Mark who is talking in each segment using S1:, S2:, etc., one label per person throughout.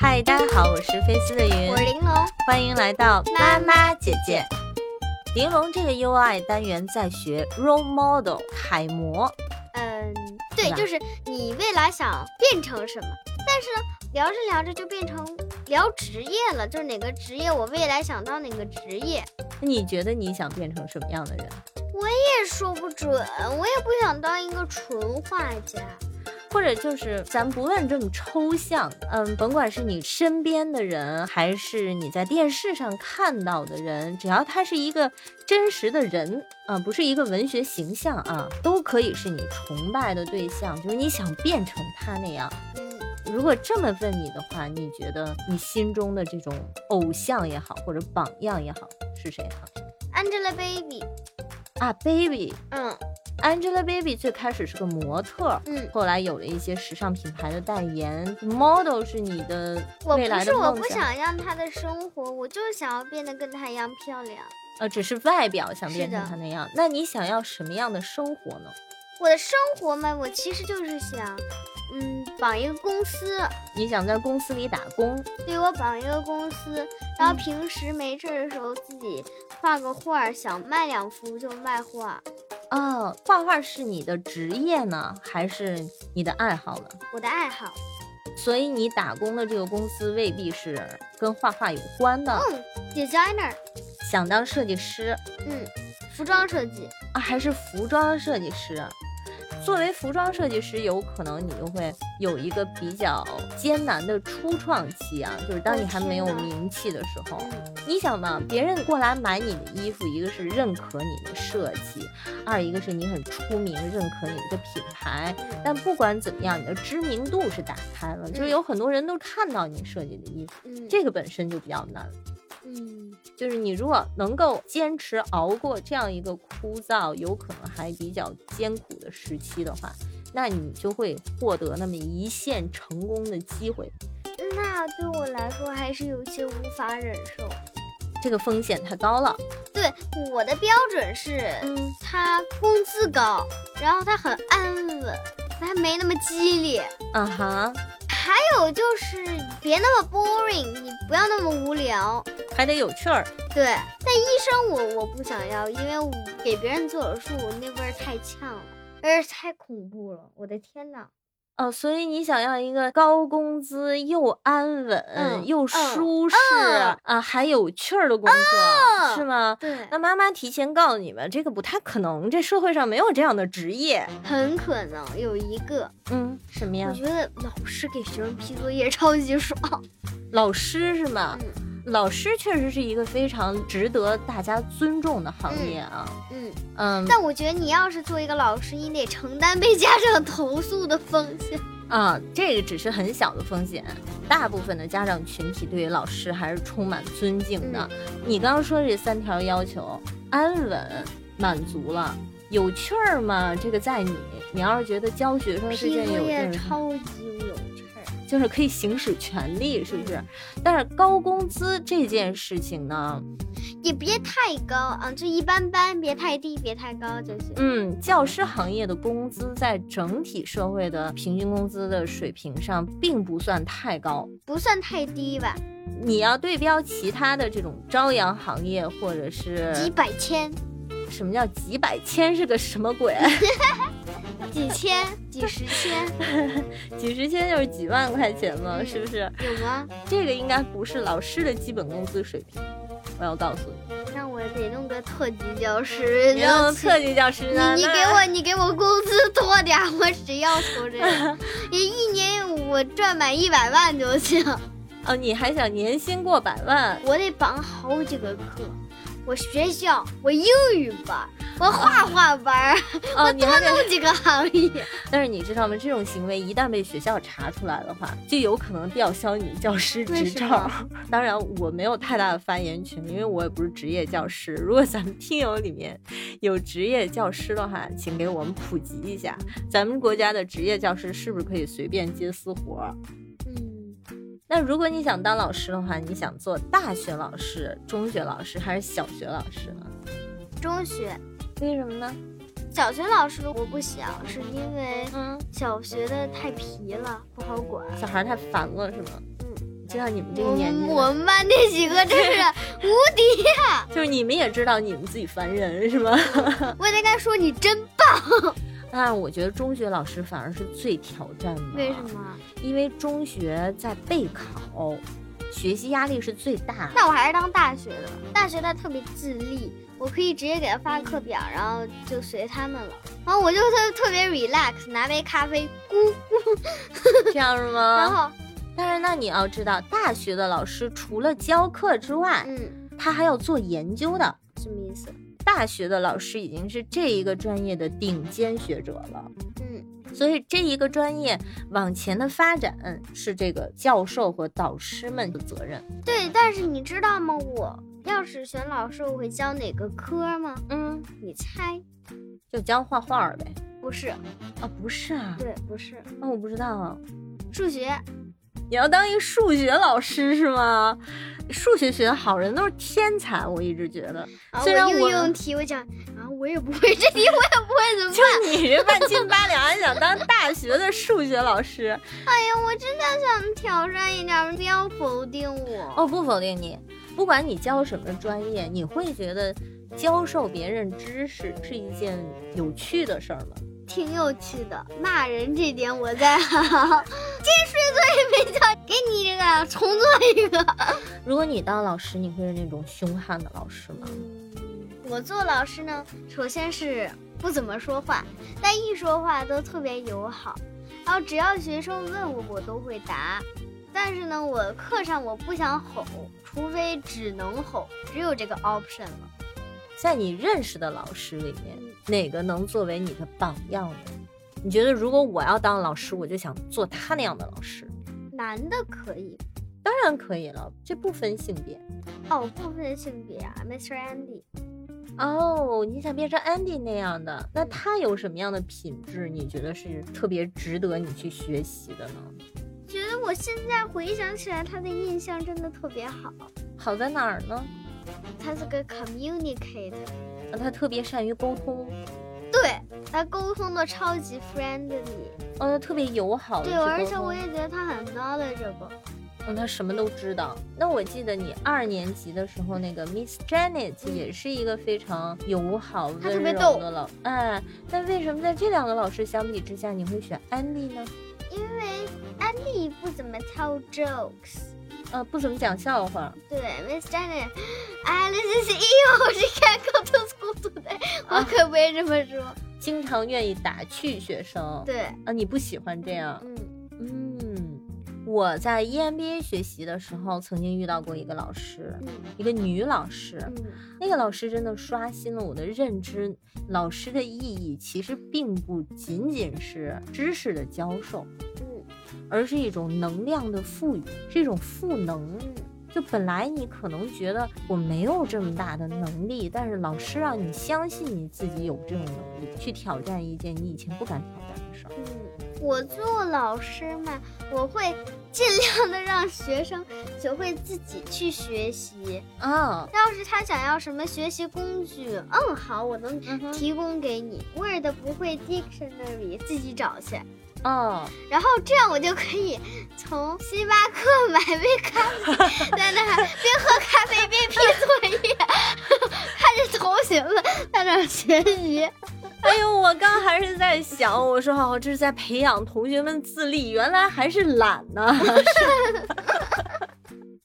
S1: 嗨，大家好，我是菲斯的云
S2: 我，是玲珑，
S1: 欢迎来到
S2: 妈
S1: 妈妈姐姐。玲珑这个 UI 单元在学 role model 楷模，
S2: 嗯，对
S1: 是，吧
S2: 就是你未来想变成什么，但是呢，聊着聊着就变成聊职业了，就是哪个职业，我未来想当哪个职业，
S1: 你觉得你想变成什么样的人？
S2: 这说不准，我也不想当一个纯画家，
S1: 或者就是咱不论这么抽象，嗯，甭管是你身边的人，还是你在电视上看到的人，只要他是一个真实的人啊、不是一个文学形象啊，都可以是你崇拜的对象，就是你想变成他那样。
S2: 嗯，
S1: 如果这么问你的话，你觉得你心中的这种偶像也好，或者榜样也好，是谁呢？
S2: Angelababy，
S1: 啊，baby。
S2: 嗯
S1: Angelababy 最开始是个模特儿，
S2: 嗯，
S1: 后来有了一些时尚品牌的代言，model 是你的
S2: 我
S1: 未
S2: 不
S1: 来
S2: 是
S1: 的
S2: 我
S1: 梦
S2: 不
S1: 想，
S2: 想让她的生活，我就是想要变得跟她一样漂亮。
S1: 呃，只是外表想
S2: 是
S1: 变成
S2: 的
S1: 他那样。那你想要什么样的生活呢？
S2: 我的生活嘛，我其实就是想，嗯，绑一个公司，
S1: 你想在公司里打工，
S2: 对我绑一个公司，然后
S1: 嗯
S2: 平时没事儿的时候自己画个画儿，想卖两幅就卖画。
S1: 哦，画画是你的职业呢，还是你的爱好呢？
S2: 我的爱好，
S1: 所以你打工的这个公司未必是跟画画有关的，
S2: 嗯，designer，
S1: 想当设计师
S2: 嗯，服装设计，
S1: 啊，还是服装设计师。作为服装设计师，有可能你就会有一个比较艰难的初创期啊，就是当
S2: 哦
S1: 你还没有
S2: 天哪
S1: 名气的时候，
S2: 嗯，
S1: 你想嘛，别人过来买你的衣服，一个是认可你的设计，二一个是你很出名，认可你这个品牌。但不管怎么样，你的知名度是打开了，就是
S2: 嗯
S1: 有很多人都看到你设计的衣服，
S2: 嗯，
S1: 这个本身就比较难。
S2: 嗯，
S1: 就是你如果能够坚持熬过这样一个枯燥，有可能还比较艰苦的时期的话，那你就会获得那么一线成功的机会。
S2: 那对我来说还是有些无法忍受。
S1: 这个风险太高了。
S2: 对，我的标准是，
S1: 嗯，
S2: 他工资高，然后他很安稳，他没那么激烈。
S1: 啊哈，
S2: 还有就是别那么 boring，你不要那么无聊。
S1: 还得有趣儿。
S2: 对，但医生我我不想要，因为我给别人做手术那味儿太呛了，而且太恐怖了，我的天呐！
S1: 哦，所以你想要一个高工资又安稳、
S2: 嗯
S1: 又
S2: 嗯
S1: 舒适、
S2: 嗯
S1: 啊，还有趣儿的工作，
S2: 啊
S1: 是吗？
S2: 对，
S1: 那妈妈提前告诉你们，这个不太可能，这社会上没有这样的职业。
S2: 很可能有一个，
S1: 嗯，什么呀
S2: 我？觉得老师给学生批作业超级 爽。
S1: 老师是吗？
S2: 嗯
S1: 老师确实是一个非常值得大家尊重的行业啊。
S2: 嗯，
S1: 嗯
S2: 但我觉得你要是做一个老师，你得承担被家长投诉的风 险。
S1: 啊，这个只是很小的风险，大部分的家长群体对于老师还是充满尊敬的。你刚刚说这三条要求，安稳满足了，有趣儿嘛，这个在你。你要是觉得教学生是
S2: 批
S1: 件
S2: 作
S1: 有
S2: 业
S1: 劲儿，
S2: 超级有趣儿。
S1: 就是可以行使权利，是不是？但是高工资这件事情呢，
S2: 也别太高啊，就一般般，别太低，别太高就行。
S1: 嗯，教师行业的工资在整体社会的平均工资的水平上，并不算太高。
S2: 不算太低吧，
S1: 你要对标其他的这种朝阳行业，或者是
S2: 几百千、
S1: 什么叫几百千是个什么鬼？
S2: 几千、几十千，
S1: 几十千就是几万块钱嘛，是不是？
S2: 有吗？
S1: 这个应该不是老师的基本工资水平。我要告诉你，
S2: 那我得弄个特级教师，
S1: 你
S2: 然后
S1: 弄特级教师呢？
S2: 你你
S1: 那
S2: 给我你给我工资多点儿，我只要求 这个，一一年我赚满一百万就行。
S1: 哦，你还想年薪过百万？
S2: 我得绑好几个课，我学校，我英语班，我
S1: 啊
S2: 画画 班，
S1: 哦，你还得
S2: 弄几个行业。
S1: 但是你知道吗？这种行为一旦被学校查出来的话，就有可能吊销你教师执
S2: 为什
S1: 照
S2: 么。
S1: 当然，我没有太大的发言权，因为我也不是职业教师。如果咱们听友里面有职业教师的话，请给我们普及一下，咱们国家的职业教师是不是可以随便接私活儿？
S2: 嗯，
S1: 那如果你想当老师的话，你想做大学老师、中学老师还是小学老师呢？
S2: 中学、
S1: 为什么呢？
S2: 小学老师我不想，是因为
S1: 嗯，
S2: 小学的太皮了，不好管。
S1: 小孩太烦了是吗？
S2: 嗯，
S1: 知道你们这个
S2: 我
S1: 年
S2: 们
S1: 纪
S2: 我
S1: 了，
S2: 们班那几个 真是无敌。
S1: 就是你们也知道你们自己烦人是吗？
S2: 我应该说你真棒，
S1: 那我觉得中学老师反而是最挑战的，
S2: 为什？么？
S1: 因为中学在备考，学习压力是最大的。
S2: 那我还是当大学的，大学他特别自立，我可以直接给他发课表，然后就随他们了。然后我就特特别 relax，拿杯咖啡，咕，
S1: 这样是
S2: 然
S1: 吗？
S2: 后
S1: 但是那你要知道，大学的老师除了教课之外，
S2: 嗯，
S1: 他还要做研究的。
S2: 什么意思？
S1: 大学的老师已经是这一个专业的顶尖学者了，
S2: 嗯，
S1: 所以这一个专业往前的发展是这个教授和导师们的责任。
S2: 对。但是你知道吗？我要是选老师，我会教哪个科吗？
S1: 嗯，
S2: 你猜？
S1: 就教画画儿呗。
S2: 不是，
S1: 啊、不是啊，
S2: 对，不是
S1: 啊、我不知道啊。
S2: 数学。
S1: 你要当一个数学老师是吗？数学学得好人都是天才，我一直觉 得。
S2: 啊，
S1: 虽然
S2: 应
S1: 我
S2: 用题，我讲啊，我也不会这题，我也不会怎么
S1: 就你这半斤八两，还想当大学的数学老师？
S2: 办呀？我真的想挑战一点，不要否定我。
S1: 哦，不否定你，不管你教什么专业，你会觉得教授别人知识是一件有趣的事儿吗？
S2: 挺有趣的。骂人这点我在 行，今天睡作业没交，给你这个重做一个。
S1: 如果你当老师，你会是那种凶悍的老师吗？
S2: 我做老师呢，首先是不怎么说话，但一说话都特别友好，然后只要学生问我，我都会答。但是呢，我课上我不想吼，除非只能吼，只有这个 option 了。
S1: 在你认识的老师里面，
S2: 嗯
S1: 哪个能作为你的榜样呢？你觉得如果我要当老师，我就想做他那样的老师？
S2: 男的可以，
S1: 当然可以了，这不分性别。
S2: 哦，不分性别啊，Mr. Andy，
S1: 哦，你想变成 Andy 那样的，那他有什么样的品质？你觉得是特别值得你去学习的呢？
S2: 觉得我现在回想起来，他的印象真的特别好。
S1: 好在哪儿呢？
S2: 他是个 communicator，
S1: 啊他特别善于沟通，
S2: 对他沟通的超级 friendly，
S1: 哦，他特别友好地
S2: 对，
S1: 去沟通。
S2: 而且我也觉得他很 knowledgeable。
S1: 嗯，他什么都知道。那我记得你二年级的时候，那个 Miss Janet
S2: 嗯
S1: 也是一个非常友好、
S2: 她
S1: 温
S2: 特别
S1: 柔的老。哎，那为什么在这两个老师相比之下，你会选 Andy 呢？
S2: 因为安利不怎么挑 jokes，
S1: 呃，不怎么讲笑话。
S2: 对，Miss Janet，Alice is ill，she can't go to school today，我可不会这么说。
S1: 经常愿意打趣学生，
S2: 对，
S1: 啊，你不喜欢这样，
S2: 嗯，
S1: 嗯，我在 E EMBA 学习的时候，曾经遇到过一个老师，
S2: 嗯
S1: 一个女老师。
S2: 嗯，
S1: 那个老师真的刷新了我的认知。老师的意义其实并不仅仅是知识的教授，
S2: 嗯，
S1: 而是一种能量的赋予，是一种赋能。就本来你可能觉得我没有这么大的能力，但是老师让你相信你自己有这种能力，去挑战一件你以前不敢挑战的事儿。
S2: 嗯，我做老师嘛，我会尽量的让学生学会自己去学习。
S1: 啊、
S2: 要是他想要什么学习工具，嗯，好，我能
S1: 嗯哼
S2: 提供给你。Word 不会 Dictionary 自己找去，
S1: 哦，
S2: 然后这样我就可以从星巴克买杯咖啡， 在那儿边喝咖啡边批作 业，看着同学们在那儿学习。
S1: 哎呦，我刚还是在想，我说哦，这是在培养同学们自立，原来还是懒呢。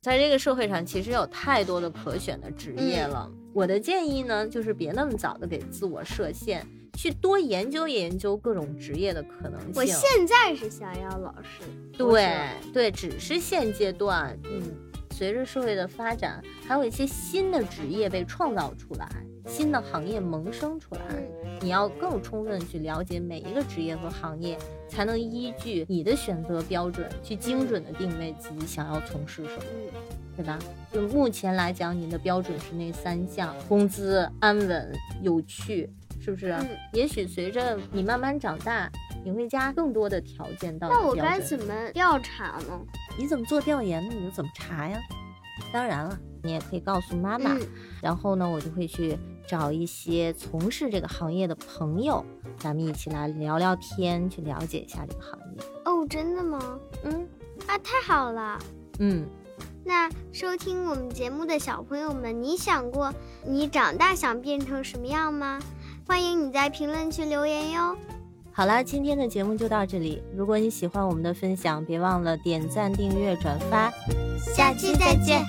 S1: 在这个社会上，其实有太多的可选的职业了。我的建议呢，就是别那么早的给自我设限，去多研究研究各种职业的可能性。
S2: 我现在是想要老师，我
S1: 对
S2: 是
S1: 对，只是现阶段，嗯，随着社会的发展，还有一些新的职业被创造出来，新的行业萌生出来。
S2: 嗯
S1: 你要更充分去了解每一个职业和行业，才能依据你的选择标准去精准的定位自己想要从事什么，
S2: 嗯
S1: 对吧？就目前来讲，你的标准是那三项：工资、安稳、有趣，是不是？
S2: 嗯
S1: 也许随着你慢慢长大，你会加更多的条件到你
S2: 那
S1: 的标
S2: 我
S1: 准。
S2: 该怎么调查呢？
S1: 你怎么做调研呢？你就怎么查呀？当然了，你也可以告诉妈妈。
S2: 嗯
S1: 然后呢，我就会去找一些从事这个行业的朋友，咱们一起来聊聊天，去了解一下这个行业。
S2: 哦，真的吗？
S1: 嗯，
S2: 啊，太好了！
S1: 嗯，
S2: 那收听我们节目的小朋友们，你想过你长大想变成什么样吗？欢迎你在评论区留言哟。
S1: 好啦，今天的节目就到这里。如果你喜欢我们的分享，别忘了点赞、订阅、转发。
S2: 下期再见。